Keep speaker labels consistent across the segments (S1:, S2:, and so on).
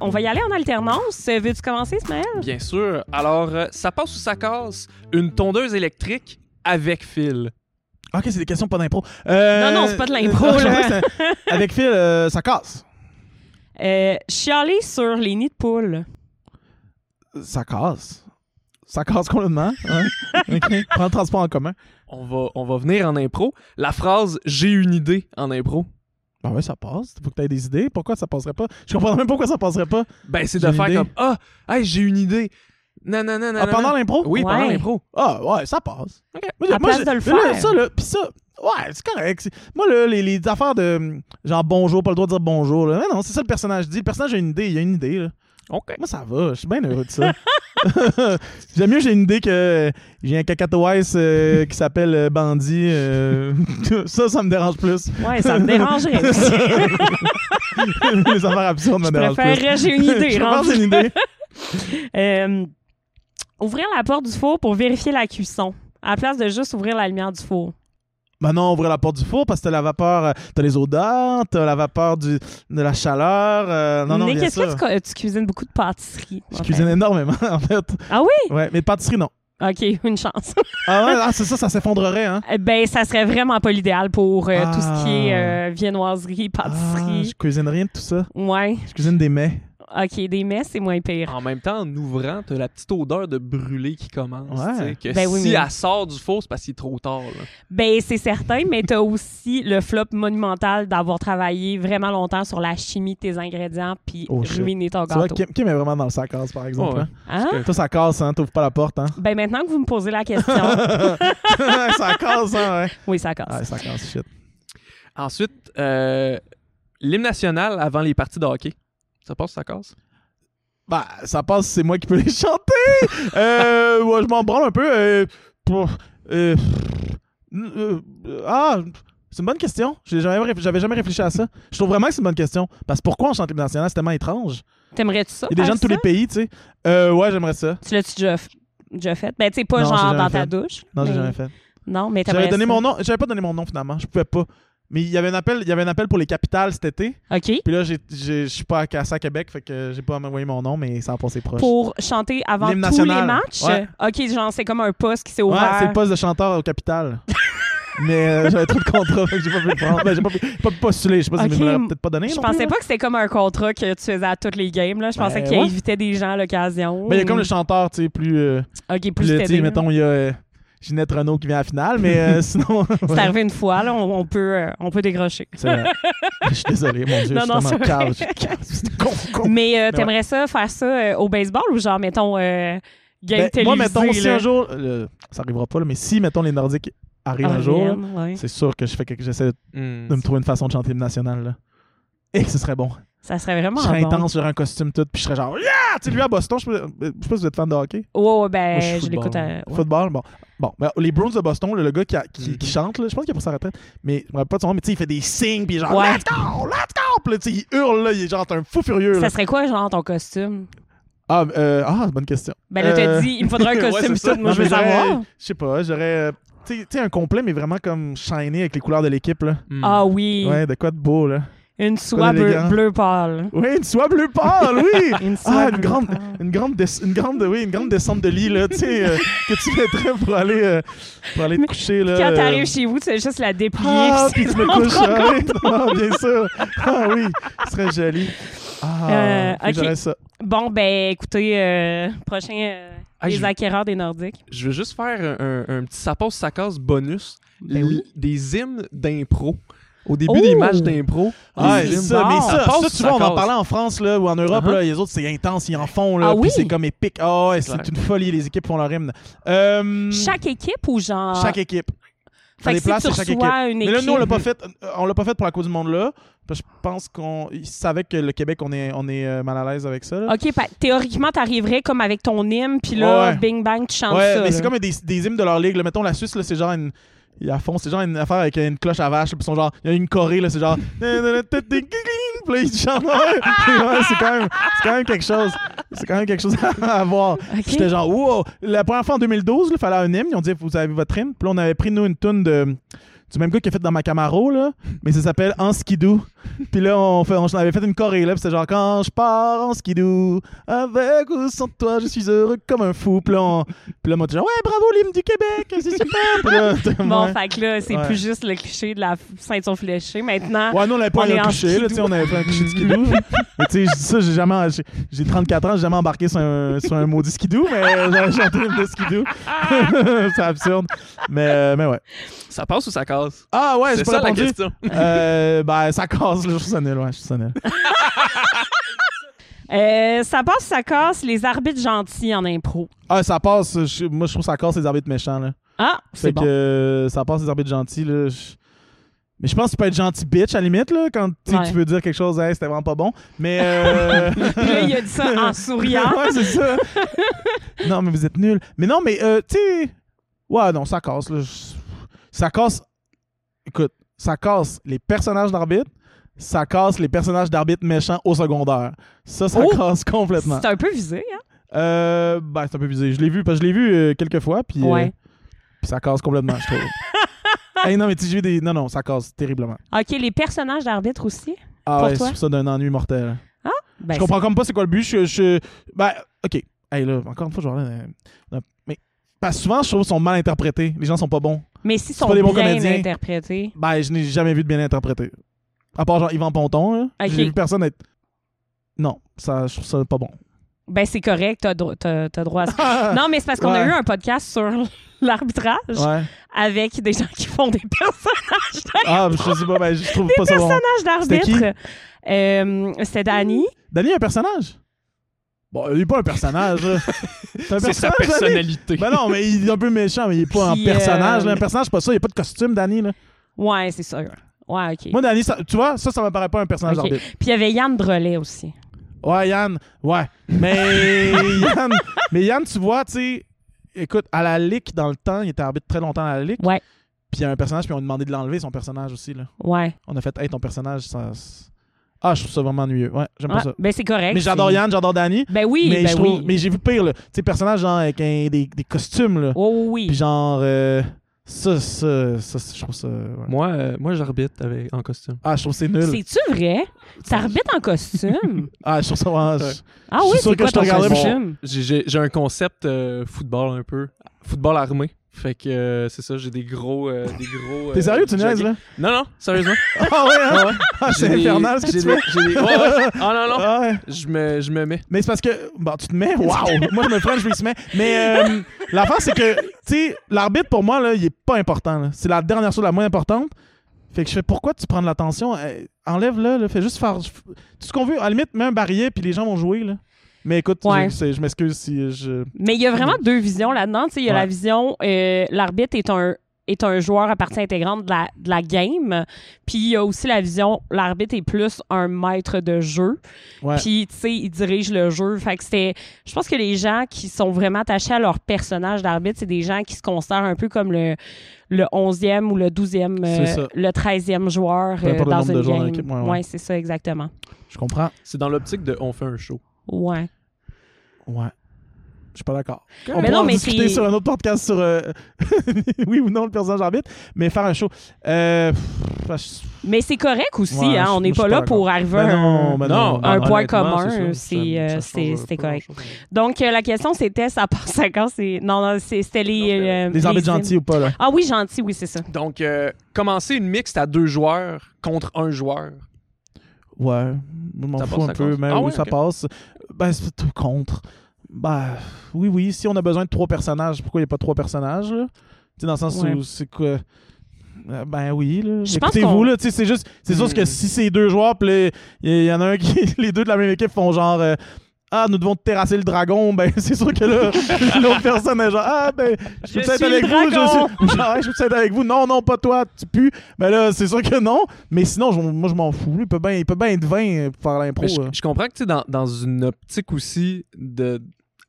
S1: On va y aller en alternance. Euh, Veux-tu commencer, Ismaël?
S2: Bien sûr. Alors, euh, ça passe ou ça casse une tondeuse électrique avec fil.
S3: Ok, c'est des questions pas d'impro. Euh,
S1: Non, non, c'est pas de l'impro,
S3: je
S1: là.
S3: pensais que c'était- Avec Phil, euh, ça casse.
S1: Euh, chialer sur les nids de poule.
S3: Ça casse. Ça casse complètement. hein. Ok. Prends le transport en commun.
S2: On va, on va venir en impro. La phrase j'ai une idée en impro,
S3: Ben ouais, ça passe. Faut que t'aies des idées. Pourquoi ça passerait pas? Je comprends même pas pourquoi ça passerait pas.
S2: ben c'est de
S3: J'ai une
S2: faire
S3: idée.
S2: comme Ah, hey, j'ai une idée. Non,
S1: Ben,
S2: non, non, non.
S3: Ah, pendant l'impro?
S2: Oui, pendant
S1: Ouais.
S2: l'impro.
S3: Ah, ouais, ça passe. Moi,
S1: À
S3: moi,
S1: place
S3: j'ai-
S1: de le
S3: là,
S1: faire.
S3: ça, là, pis ça, ouais, c'est correct. C'est- Moi, là, les, les affaires de hum, genre bonjour, pas le droit de dire bonjour, là. Mais non, c'est ça le personnage dit. Le personnage a une idée, il a une idée, là.
S2: OK.
S3: Moi, ça va, je suis bien heureux de ça. J'aime mieux, j'ai une idée que j'ai un cacatoès euh, qui s'appelle euh, Bandit. euh, ça, ça me dérange plus.
S1: Ouais, ça me dérangerait aussi.
S3: les affaires absurdes me
S1: Je
S3: dérangent plus.
S1: préférerais, j'ai une idée.
S3: Je préfère,
S1: rendu-
S3: j'ai une idée.
S1: Euh, ouvrir la porte du four pour vérifier la cuisson. À la place de juste ouvrir la lumière du four.
S3: Ben non, ouvre la porte du four parce que t'as la vapeur, euh, t'as les odeurs, t'as la vapeur du, de la chaleur. euh, non, non,
S1: Mais
S3: bien
S1: qu'est-ce
S3: sûr.
S1: que tu, co- tu cuisines beaucoup de pâtisserie?
S3: Je
S1: en fait.
S3: cuisine énormément, en fait.
S1: Ah oui?
S3: Ouais, mais de pâtisserie, non.
S1: OK, une chance.
S3: Ah ouais, ah, c'est ça, ça s'effondrerait, hein?
S1: Eh ben, ça serait vraiment pas l'idéal pour euh, tout ce qui est
S3: Ah.
S1: euh, viennoiserie,
S3: Ah,
S1: pâtisserie.
S3: je cuisine rien de tout ça.
S1: Ouais.
S3: Je cuisine des mets.
S1: OK, des mets, c'est moins pire.
S2: En même temps, en ouvrant, t'as la petite odeur de brûlé qui commence.
S3: Ouais.
S2: tu sais, Que
S1: Ben oui,
S2: si
S1: mais-
S2: elle sort du four, c'est parce qu'il est trop tard. là.
S1: Ben, c'est certain, mais t'as aussi le flop monumental d'avoir travaillé vraiment longtemps sur la chimie de tes ingrédients puis
S3: Oh, shit.
S1: ruiner ton
S3: C'est vrai que
S1: gâteau.
S3: Kim, Kim est vraiment dans le sac à casse, par exemple.
S2: Ouais.
S3: hein?
S1: Hein?
S3: Toi, ça casse, hein? T'ouvres pas la porte, hein?
S1: Ben, maintenant que vous me posez la question,
S3: ça casse, hein, ouais.
S1: oui, ça casse.
S3: Ouais, ça casse, shit.
S2: Ensuite, euh, l'hymne national avant les parties de hockey. Ça passe, ça casse?
S3: Bah, ça passe, c'est moi qui peux les chanter. Euh, ouais, je m'en branle un peu. euh, pour- euh, euh, euh, ah, c'est une bonne question. J'ai jamais réfl- J'avais jamais réfléchi à ça. Je trouve vraiment que c'est une bonne question. Parce que pourquoi on chante l'hymne national? C'est tellement étrange.
S1: T'aimerais-tu ça?
S3: Il y a des
S1: faire
S3: gens de tous les
S1: Ah, ça?
S3: pays, tu sais. Euh, ouais, j'aimerais ça.
S1: Tu l'as-tu déjà, f- déjà fait? Ben, tu sais, pas
S3: Non, j'ai
S1: genre
S3: jamais
S1: dans
S3: fait.
S1: ta douche.
S3: Non, j'ai
S1: mais-
S3: jamais fait.
S1: Non, mais t'aimerais
S3: J'avais donné
S1: ça.
S3: mon nom. J'avais pas donné mon nom finalement. Je pouvais pas. Mais il y avait un appel, il y avait un appel pour les capitales cet été.
S1: OK.
S3: Puis là, j'ai- j'ai- je suis pas à Cassa, Québec, fait que j'ai pas envoyé mon nom, mais ça a passé proche.
S1: Pour chanter avant tous
S3: L'hymne national.
S1: les matchs?
S3: Ouais.
S1: OK, genre, c'est comme un poste qui s'est
S3: Ouais,
S1: ouvert.
S3: c'est le poste de chanteur au capital. mais euh, j'avais trop de contrats, fait que j'ai pas pu le prendre. Ben, j'ai pas pu pas postuler. Je sais pas si
S1: Ok,
S3: vous me l'aurez peut-être pas donné.
S1: Je
S3: non plus,
S1: pensais
S3: là.
S1: pas que c'était comme un contrat que tu faisais à toutes les games. Là. Je
S3: Ben,
S1: pensais qu'il
S3: ouais.
S1: invitait des gens à l'occasion.
S3: Mais Ben, il y a
S1: ou-
S3: comme le chanteur, tu sais, plus. euh,
S1: OK,
S3: plus
S1: plus
S3: le- tu sais,
S1: t'aider.
S3: mettons, il y a euh, Ginette Renault qui vient à la finale, mais euh, sinon.
S1: C'est
S3: ouais.
S1: arrivé une fois, là, on, on peut, euh, on peut décrocher.
S3: C'est vrai. Je suis désolé, mon Dieu.
S1: Non, non,
S3: je suis
S1: c'est
S3: tellement
S1: vrai.
S3: calme. Je suis calme. C'est con, con.
S1: Mais euh,
S3: Mais
S1: t'aimerais ça faire ça euh, au baseball ou genre, mettons, euh, game
S3: Ben,
S1: télévisée?
S3: moi, mettons, si
S1: là,
S3: un jour. euh, ça arrivera pas, là, mais si, mettons, les Nordiques arrivent un
S1: en
S3: jour, là,
S1: revienne, Ah, ouais.
S3: c'est sûr que je fais quelque J'essaie
S2: Hmm,
S3: de me trouver une façon de chanter le national, là. Et que ce serait bon.
S1: Ça serait vraiment
S3: Je serais
S1: bon.
S3: intense, j'aurais un costume tout, puis je serais genre, yeah! Tu sais, lui à Boston, je sais pas je sais pas si vous êtes fan de hockey.
S1: Ouais, ouais, ben,
S2: Moi, je suis
S1: je l'écoute à...
S2: football.
S1: ouais. Mm-hmm.
S3: Football, bon. Bon, ben, les Bruins de Boston, là, le gars qui, a- qui,
S2: Mhm.
S3: qui chante, là, je pense qu'il a pris sa retraite, mais je me rappelle pas de son nom, mais tu sais, il fait des signes, puis genre,
S1: Ouais.
S3: let's go, let's go! Puis là, tu sais, il hurle, là, il est genre, t'es un fou furieux, là.
S1: Ça serait quoi, genre, ton costume?
S3: Ah, euh, ah, bonne question.
S1: Ben là, t'as
S3: Euh,
S1: dit, il me faudrait un
S2: ouais,
S1: costume
S2: c'est
S1: pis tout,
S2: ça.
S1: moi,
S3: Non,
S1: je veux
S3: mais j'aurais-
S1: savoir.
S3: Je sais pas, j'aurais. euh, Tu sais- tu sais, un complet, mais vraiment comme shiny avec les couleurs de l'équipe, là.
S2: hmm.
S1: Ah oui,
S3: Ouais, de quoi de beau, là.
S1: une soie bleu,
S3: d'élégant.
S1: bleu pâle.
S3: Oui, une soie bleu pâle, oui!
S1: Une soie
S3: Ah, une
S1: bleu
S3: grande,
S1: pâle.
S3: une grande, des- une grande, oui, une grande descente de lit là, tu sais, euh, que tu mettrais pour aller, euh, pour aller te
S1: Mais
S3: coucher là.
S1: Quand
S3: euh,
S1: t'arrives chez vous, tu fais juste la déplier.
S3: ah,
S1: pis
S3: puis tu me couches, ah, oui, non, bien sûr. Ah oui, ce serait joli. Ah,
S1: Euh,
S3: fait que
S1: ok.
S3: j'aurais ça.
S1: c'est- Bon, ben, écoutez, euh, prochain, euh,
S2: Ah,
S1: les
S2: je-
S1: acquéreurs des Nordiques.
S2: Je veux juste faire un, un- un petit ça passe, ça casse bonus.
S1: Ben oui.
S2: L- Des hymnes d'impro. Au début
S1: Oh!
S2: des matchs d'impro.
S3: Ah,
S2: les
S3: c'est
S2: hymnes-
S3: ça, mais ça,
S2: Ça passe,
S3: ça, tu vois,
S2: ça
S3: on en
S2: casse.
S3: parlait en France là, ou en Europe,
S2: Uh-huh.
S3: là, les autres, c'est intense, ils en font, là,
S1: Ah
S3: puis
S1: oui?
S3: c'est comme épique. Ah ouais,
S2: C'est
S3: c'est
S2: clair.
S3: une folie, les équipes font leur hymne. Euh,
S1: Chaque équipe ou genre...
S3: chaque équipe.
S1: Fait
S3: les
S1: que si
S3: places,
S1: tu
S3: c'est chaque
S1: reçois une
S3: Mais là, nous, on l'a
S1: équipe...
S3: pas fait. euh, On l'a pas fait pour la Coupe du Monde là. Parce que je pense qu'on ils savaient que le Québec, on est, on est euh, mal à l'aise avec ça. là.
S1: OK, pa- théoriquement, t'arriverais comme avec ton hymne, puis là,
S3: Ouais.
S1: bing bang, tu chantes
S3: ouais,
S1: ça.
S3: mais
S1: là.
S3: c'est comme des, des hymnes de leur ligue. là. Mettons la Suisse, là, c'est genre une. ils la font, c'est genre une affaire avec une cloche à vache. là, Puis ils sont genre, il y a une Corée, là, c'est genre. Puis là, ils chantent. ouais. Ouais, c'est quand même, c'est quand même quelque chose. C'est quand même quelque chose à voir.
S1: OK.
S3: J'étais genre, wow! La première fois en 2012, il fallait un hymne. Ils ont dit, vous avez votre hymne. Puis là, on avait pris, nous, une toune de, du même gars qui a fait dans ma Camaro, là, mais ça s'appelle En skidoo. Puis là, on, fait, on avait fait une choré, là, puis c'était genre Quand je pars en skidoo, avec ou sans toi, je suis heureux comme un fou. Puis là, on, puis là moi, t'es genre Ouais, bravo, l'hymne du Québec, c'est super. Puis là, t'es comme,
S1: Bon,
S3: ouais.
S1: fait que là, c'est
S3: Ouais.
S1: plus juste le cliché de la f- ceinture fléchée. Maintenant,
S3: Ouais, nous, on avait pas
S1: On est
S3: un
S1: en
S3: cliché, là, tu sais, on avait pas un cliché de skidoo. mais tu sais, je dis ça, j'ai jamais. j'ai- J'ai 34 ans, j'ai jamais embarqué sur un, sur un maudit skidoo, mais j'avais chanté une de skidoo. c'est absurde. Mais, euh, mais ouais.
S2: Ça passe ou ça casse?
S3: Ah ouais, j'ai
S2: c'est
S3: pas
S2: ça la
S3: répondu.
S2: question.
S3: Euh, ben, ça casse, là, je suis sonné, ouais, je suis sonné.
S1: euh, ça passe, ça casse les arbitres gentils en impro.
S3: Ah, ça passe, je- moi, je trouve ça casse les arbitres méchants, là.
S1: Ah,
S3: Fait
S1: c'est bon.
S3: que euh, ça passe les arbitres gentils, là. je- Mais je pense que tu peux être gentil bitch, à la limite, là, quand tu sais,
S1: Ouais.
S3: tu veux dire quelque chose, hey, c'était vraiment pas bon. Mais. euh,
S1: Puis là, il a dit ça en souriant.
S3: ouais, c'est ça. non, mais vous êtes nuls. Mais non, mais euh, tu sais. Ouais, non, ça casse. Là. Je- Ça casse. Écoute, ça casse les personnages d'arbitre. Ça casse les personnages d'arbitre méchants au secondaire. Ça, ça
S1: Oh!
S3: casse complètement.
S1: C'est un peu visé, hein?
S3: Euh, ben, c'est un peu visé. Je l'ai vu, parce que je l'ai vu euh, quelques fois, puis, euh,
S1: Ouais.
S3: puis ça casse complètement, je trouve. hey, non, mais tu sais, j'ai vu des. Non, non, ça casse terriblement.
S1: OK, les personnages d'arbitre aussi?
S3: Ah
S1: Pour
S3: ouais,
S1: toi?
S3: c'est ça d'un ennui mortel.
S1: Ben,
S3: je comprends comme pas c'est quoi le but. Je, je- Ben, OK. Hey, là, encore une fois, je vais revenir dans- dans- Mais parce que souvent, je trouve qu'ils sont mal interprétés. Les gens sont pas bons.
S1: c'est- Mais s'ils sont
S3: pas des
S1: bien
S3: bons comédiens.
S1: interprétés.
S3: Ben, je n'ai jamais vu de bien interprété. À part genre Yvan Ponton, là.
S1: Ok.
S3: J'ai vu personne être... Non, ça, je trouve ça pas bon.
S1: Ben, c'est correct, t'as dro- t'as- t'as droit à ça. Non, mais c'est parce qu'on a
S3: Ouais.
S1: eu un podcast sur l'arbitrage
S3: Ouais.
S1: avec des gens qui font des personnages d'arbitre.
S3: Ah, je sais pas, ben, je trouve pas ça bon. C'était qui?
S1: d'arbitre. Euh, C'était Dani.
S3: Danny, un personnage? Bon, il est pas un personnage, là. C'est un
S2: C'est sa
S3: personnage, Danny?
S2: personnalité.
S3: Ben non, mais il est un peu méchant, mais il est pas
S1: Puis,
S3: un personnage.
S1: euh,
S3: là. Un personnage, c'est pas ça. Il n'y a pas de costume, Danny. Là.
S1: Ouais, c'est ça. Ouais, OK.
S3: Moi, Danny, ça- tu vois, ça, ça me paraît pas un personnage
S1: Ok.
S3: d'arbitre.
S1: Puis il y avait Yann Drolet aussi.
S3: Ouais, Yann, ouais. Mais Yann, mais Yann, tu vois, tu sais, écoute, à la Ligue, dans le temps, il était arbitre très longtemps à la Ligue.
S1: Ouais.
S3: Puis il y a un personnage, puis on a demandé de l'enlever, son personnage aussi. Là.
S1: Ouais.
S3: On a fait, hey, ton personnage, ça. c'est- Ah, je trouve ça vraiment ennuyeux. Ouais, j'aime
S1: Ouais,
S3: pas ça.
S1: Ben, c'est correct.
S3: Mais j'adore
S1: c'est-
S3: Yann, j'adore Danny.
S1: Ben oui,
S3: mais
S1: ben
S3: je trouve-
S1: oui.
S3: mais j'ai vu pire, là. Tu sais, personnage, genre, avec un- des, des costumes, là.
S1: Oh oui.
S3: Puis genre, euh, ça, ça, ça, je trouve ça. ouais.
S2: Moi, euh, moi j'arbitre avec, en costume.
S3: Ah, je trouve que c'est nul.
S1: C'est-tu vrai? T'arbitres en costume?
S3: Ah, je trouve ça. vraiment-
S2: Ouais.
S1: Ah
S3: Je suis
S1: oui,
S3: sûr
S1: c'est
S3: que
S1: quoi
S3: je te
S1: ton
S3: regardais,
S1: costume?
S2: J'ai- J'ai j'ai un concept euh, football un peu. Football armé. Fait que euh, c'est ça, j'ai des gros. euh, des gros
S3: T'es
S2: euh,
S3: sérieux, tu niaises,
S2: jogging-
S3: là?
S2: Non, non, sérieusement.
S3: Ah, ouais, hein?
S2: Ouais, ouais.
S3: Ah, c'est
S2: J'ai des-
S3: infernal, ce que
S2: j'ai
S3: tu
S2: des-
S3: fais.
S2: j'ai des- ouais, ouais. Ah non, non.
S3: Ah, ouais.
S2: Je me, je me mets.
S3: Mais c'est parce que. Bon, tu te mets. Waouh! moi, je me prends, je me se mets. Mais euh, l'affaire, c'est que, tu sais, l'arbitre, pour moi, là, il est pas important. là. C'est la dernière chose la moins importante. Fait que je fais pourquoi tu prends de l'attention? Euh, Enlève-le, là, fais juste faire. Tout ce qu'on veut, à la limite, mets un barillet, puis les gens vont jouer, là. Mais écoute,
S1: Ouais.
S3: je, c'est- je m'excuse si je.
S1: Mais il y a vraiment deux visions là-dedans. Tu sais, Il y a
S3: Mhm. Ouais.
S1: la vision, euh, l'arbitre est un est un joueur à partie intégrante de la, de la game. Puis il y a aussi la vision, l'arbitre est plus un maître de jeu.
S3: Ouais.
S1: Puis, tu sais, il dirige le jeu. Fait que c'était... Je pense que les gens qui sont vraiment attachés à leur personnage d'arbitre, c'est des gens qui se considèrent un peu comme le, le 11e ou le 12e,
S3: C'est
S1: euh,
S3: ça.
S1: le 13e joueur
S3: Peu
S1: euh,
S3: importe le
S1: dans
S3: nombre
S1: une
S3: de joueurs dans
S1: game.
S3: l'équipe, ouais,
S1: ouais,
S3: ouais.
S1: c'est ça, exactement.
S3: Je comprends.
S2: C'est dans l'optique de on fait un show.
S1: Ouais.
S3: Ouais. Je suis pas d'accord.
S2: Mais
S3: On
S1: non,
S3: peut en
S1: mais
S3: discuter
S1: c'est-
S3: sur un autre podcast sur euh, oui ou non le personnage arbitre, mais faire un show. Euh, pff,
S1: Mais c'est correct aussi,
S3: Ouais,
S1: hein.
S3: je-
S1: On n'est
S3: je suis
S1: pas là
S3: pas d'accord.
S1: pour arriver
S3: ben
S1: à un-
S3: non, ben non,
S1: un
S3: ben
S1: point
S2: honnêtement,
S1: commun,
S2: ça,
S1: c'est,
S2: ça-
S1: euh,
S2: ça
S1: c'est-
S2: change
S1: c'est
S2: pas grand-chose.
S1: Donc, euh, la question, c'était ça passe ça quand c'est. Non, non, c'est- c'était les. euh,
S3: les arbitres gentils ou pas là.
S1: Ah oui, gentils, oui, c'est ça.
S2: Donc, euh, commencer une mixte à deux joueurs contre un joueur.
S3: Ouais, je m'en
S2: Ça
S3: fous
S2: passe,
S3: un
S2: ça
S3: peu,
S2: casse?
S3: mais
S2: Ah
S3: oui,
S2: ouais,
S3: ça
S2: ok.
S3: passe. Ben, c'est tout contre. Ben, oui, oui, si on a besoin de trois personnages, pourquoi il n'y a pas trois personnages, là? Tu sais, dans le sens
S1: Ouais.
S3: où c'est quoi. Euh, Ben oui, là.
S1: Je pense qu'on-
S3: Écoutez-vous, là, tu sais, c'est juste. C'est sûr
S2: Hmm.
S3: que si c'est deux joueurs, puis les- il y en a un qui. Les deux de la même équipe font genre. euh, ah, nous devons terrasser le dragon. Ben, c'est sûr que là, l'autre personne est genre, ah, ben, je
S1: Je
S3: peux peut-être
S1: suis
S3: avec
S1: le
S3: vous. Je,
S1: dragon.
S3: suis- Genre, Hey, je peux peut-être avec vous. Non, non, pas toi, tu pues. Ben là, c'est sûr que non. Mais sinon, je- moi, je m'en fous. Il peut bien il peut bien être 20 pour faire l'impro. euh.
S2: Mais je,
S3: là.
S2: je comprends que tu sais, dans, dans une optique aussi de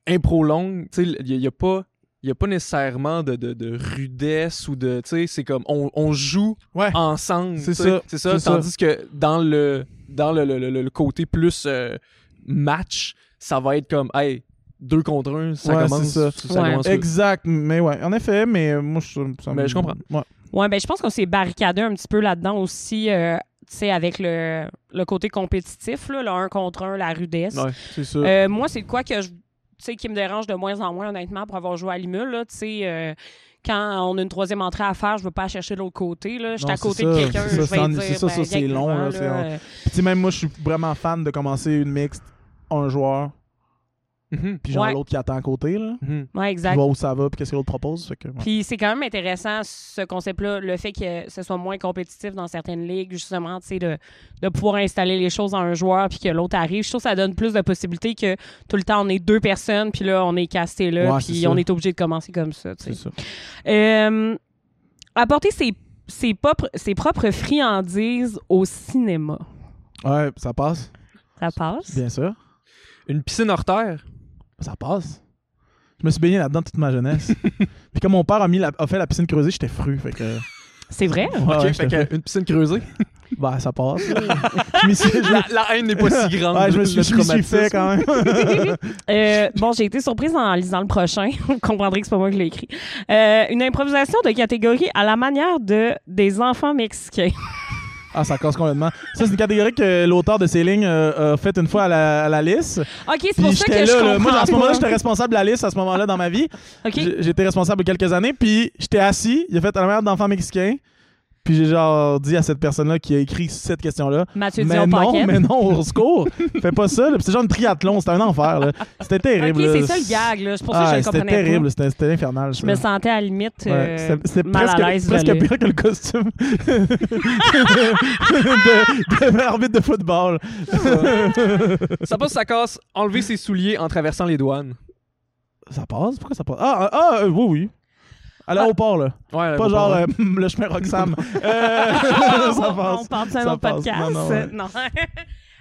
S2: impro longue, tu sais, il n'y a, pas. Il n'y a pas nécessairement de, de- de rudesse ou de. Tu sais, c'est comme on, on joue
S3: Ouais.
S2: ensemble.
S3: C'est
S2: tu sais.
S3: ça,
S2: C'est ça.
S3: c'est ça.
S2: Tandis que dans le dans le, le- le- le côté plus euh, match, ça va être comme Hey, deux contre un, ça
S3: Ouais,
S2: commence.
S3: c'est ça.
S1: Ouais.
S2: commence là.
S3: Exact, mais ouais, en effet, mais euh, moi je. ça
S2: Mais
S3: me-
S2: Ben, je comprends.
S3: Ouais.
S1: Ouais, ben je pense qu'on s'est barricadé un petit peu là-dedans aussi, euh, tu sais, avec le, le côté compétitif, là, le un contre un, la rudesse.
S2: Ouais.
S3: C'est ça.
S1: Euh, moi, c'est de quoi que je, tu sais, qui me dérange de moins en moins, honnêtement, pour avoir joué à l'IMUL, là, tu sais. euh, quand on a une troisième entrée à faire, je veux pas la chercher de l'autre côté. Là. Je suis
S3: Non,
S1: à côté
S3: c'est
S1: de
S3: ça,
S1: quelqu'un,
S3: c'est
S1: je
S3: ça,
S1: vais
S3: c'est en-
S1: dire,
S3: c'est ça,
S1: ben,
S3: ça, c'est
S1: viens avec
S3: long,
S1: moi,
S3: là,
S1: là,
S3: c'est en-
S1: euh,
S3: Puis, tu sais, même moi, je suis vraiment fan de commencer une mixte, un joueur,
S2: Mhm,
S3: puis genre
S1: Ouais.
S3: l'autre qui attend à côté, là.
S2: mhm.
S1: Ouais,
S3: Tu
S1: exact.
S3: vois où ça va, puis qu'est-ce que l'autre propose. Fait que, ouais.
S1: Puis c'est quand même intéressant ce concept-là, le fait que ce soit moins compétitif dans certaines ligues, justement, tu sais, de, de pouvoir installer les choses en un joueur puis que l'autre arrive. Je trouve que ça donne plus de possibilités que tout le temps on est deux personnes puis là on est casté là
S3: Ouais, c'est
S1: puis
S3: ça.
S1: on est obligé de commencer comme ça. tu sais.
S3: C'est ça.
S1: Euh, apporter ses, ses, propres, ses propres friandises au cinéma,
S3: Ouais, ça passe.
S1: ça passe.
S3: Bien sûr.
S2: Une piscine hors terre.
S3: Ça passe. Je me suis baigné là-dedans toute ma jeunesse. puis comme mon père a, mis la- a fait la piscine creusée, j'étais fru. Fait que.
S1: C'est vrai.
S3: Ouais,
S2: Ok,
S3: Ah ouais,
S2: fait
S3: j'étais
S2: que une piscine creusée.
S3: fru. Bah, ça passe. je m'y suis. je-
S2: la, la haine n'est pas si grande.
S3: Ouais, je me suis,
S2: le
S3: je m'y suis fait
S2: traumatisme.
S3: quand même.
S1: Euh, bon, j'ai été surprise en lisant le prochain. Vous comprendrez que c'est pas moi qui l'ai écrit. Euh, une improvisation de catégorie à la manière de des enfants mexicains.
S3: ah, ça casse complètement. Ça, c'est une catégorie que l'auteur de ces lignes euh, a faite une fois à la, à la liste.
S1: OK, c'est pour
S3: Puis
S1: ça que
S3: j'étais
S1: je
S3: là,
S1: comprends
S3: là. Moi, à ce moment-là,
S1: pas.
S3: j'étais responsable de la liste à ce moment-là dans ma vie.
S1: OK.
S3: J'ai- J'étais responsable quelques années, puis j'étais assis, il a fait à la merde d'enfants mexicains, puis j'ai genre dit à cette personne-là qui a écrit cette question-là,
S1: Mathieu
S3: mais
S1: Dion
S3: non,
S1: Paquette.
S3: mais non, au secours, fais pas ça, là. Puis c'est genre un triathlon, c'était un enfer, là. c'était terrible.
S1: OK,
S3: là.
S1: c'est ça le gag là, c'est pour ça
S3: Ah,
S1: que je le
S3: c'était
S1: comprenais pas.
S3: terrible, c'était c'était infernal.
S1: Je
S3: ça.
S1: me sentais à la limite
S3: Ouais,
S1: euh,
S3: c'était- c'était
S1: mal
S3: presque,
S1: à l'aise de
S3: presque
S1: le-
S3: pire que le costume de, de l'arbitre de football.
S2: Ça passe, ça casse. Enlever ses souliers en traversant les douanes.
S3: Ça passe? Pourquoi ça passe? Ah, ah, ah, euh, oui, oui. À
S1: Ah.
S3: l'aéroport, là.
S2: Ouais,
S3: Pas
S2: bon,
S3: genre
S2: bon.
S3: euh, le chemin Roxham. Euh, ça
S1: Ah, On
S3: passe.
S1: parle d'un
S3: Ça
S1: autre
S3: passe.
S1: podcast.
S3: Non, non, ouais.
S1: Non.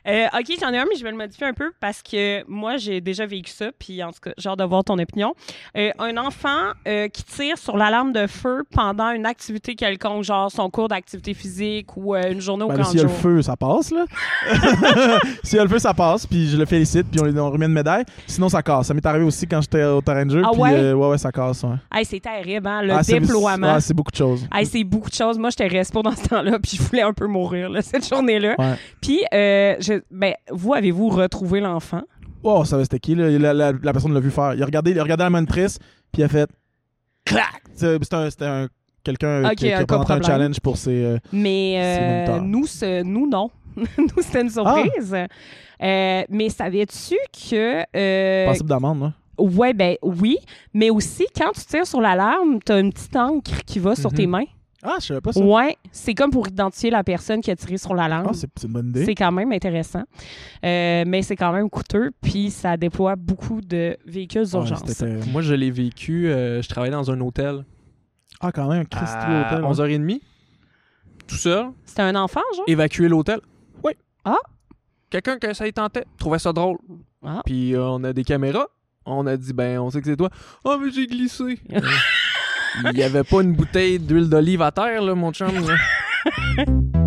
S1: Euh, ok, j'en ai un, mais je vais le modifier un peu parce que moi, j'ai déjà vécu ça, puis en tout cas, j'ai hâte de voir ton opinion. Euh, un enfant euh, qui tire sur l'alarme de feu pendant une activité quelconque, genre son cours d'activité physique ou euh, une journée au
S3: Ben,
S1: camp
S3: s'il y
S1: de
S3: a le
S1: jour.
S3: feu, ça passe, là. s'il y a le feu, ça passe, puis je le félicite, puis on lui on remet une médaille. Sinon, ça casse. Ça m'est arrivé aussi quand j'étais au terrain de jeu,
S1: Ah
S3: puis
S1: ouais?
S3: euh, ouais, ouais, ça casse, ouais.
S1: Hey, c'est terrible, hein, le
S3: Ah, c'est-
S1: déploiement.
S3: ouais, c'est beaucoup de choses.
S1: Hey, c'est beaucoup de choses. Moi, j'étais respo dans ce temps-là, puis je voulais un peu mourir là, cette journée-là.
S3: Ouais.
S1: Puis, euh, je- ben, vous, avez-vous retrouvé l'enfant?
S3: Oh, ça va, c'était qui, là? La, la- la personne l'a vu faire. Il a regardé, il a regardé la monitrice, puis il a fait clac! C'est- C'était un, c'était un- quelqu'un euh,
S1: Ok,
S3: qui, qui
S1: un
S3: a présenté un
S1: coproblème.
S3: challenge pour ses. euh, C'est Ah!
S1: Mais euh,
S3: moniteur.
S1: nous, ce- nous, non. nous, c'était une surprise. Euh, mais savais-tu que. euh,
S3: possible d'amende, là.
S1: ouais, ben oui. Mais aussi, quand tu tires sur l'alarme, tu as une petite encre qui va sur
S2: Mhm.
S1: tes mains.
S3: Ah, je savais pas ça.
S1: Ouais, c'est comme pour identifier la personne qui a tiré sur l'alarme.
S3: Ah, c'est c'est une bonne idée.
S1: c'est quand même intéressant. Euh, mais c'est quand même coûteux. Puis ça déploie beaucoup de véhicules
S3: Ouais,
S1: d'urgence.
S3: c'était- euh,
S2: euh, Moi, je l'ai vécu. euh, je travaillais dans un hôtel
S3: Ah, quand même, Christ,
S2: à 11h30. Tout seul.
S1: C'était un enfant, genre?
S2: Évacuer l'hôtel. Oui.
S1: Ah.
S2: Quelqu'un que ça y tentait trouvait ça drôle.
S1: Ah.
S2: Puis euh, on a des caméras. On a dit, ben, on sait que c'est toi. Oh, mais j'ai glissé. Euh, Il n'y avait pas une bouteille d'huile d'olive à terre, là, mon chum. là.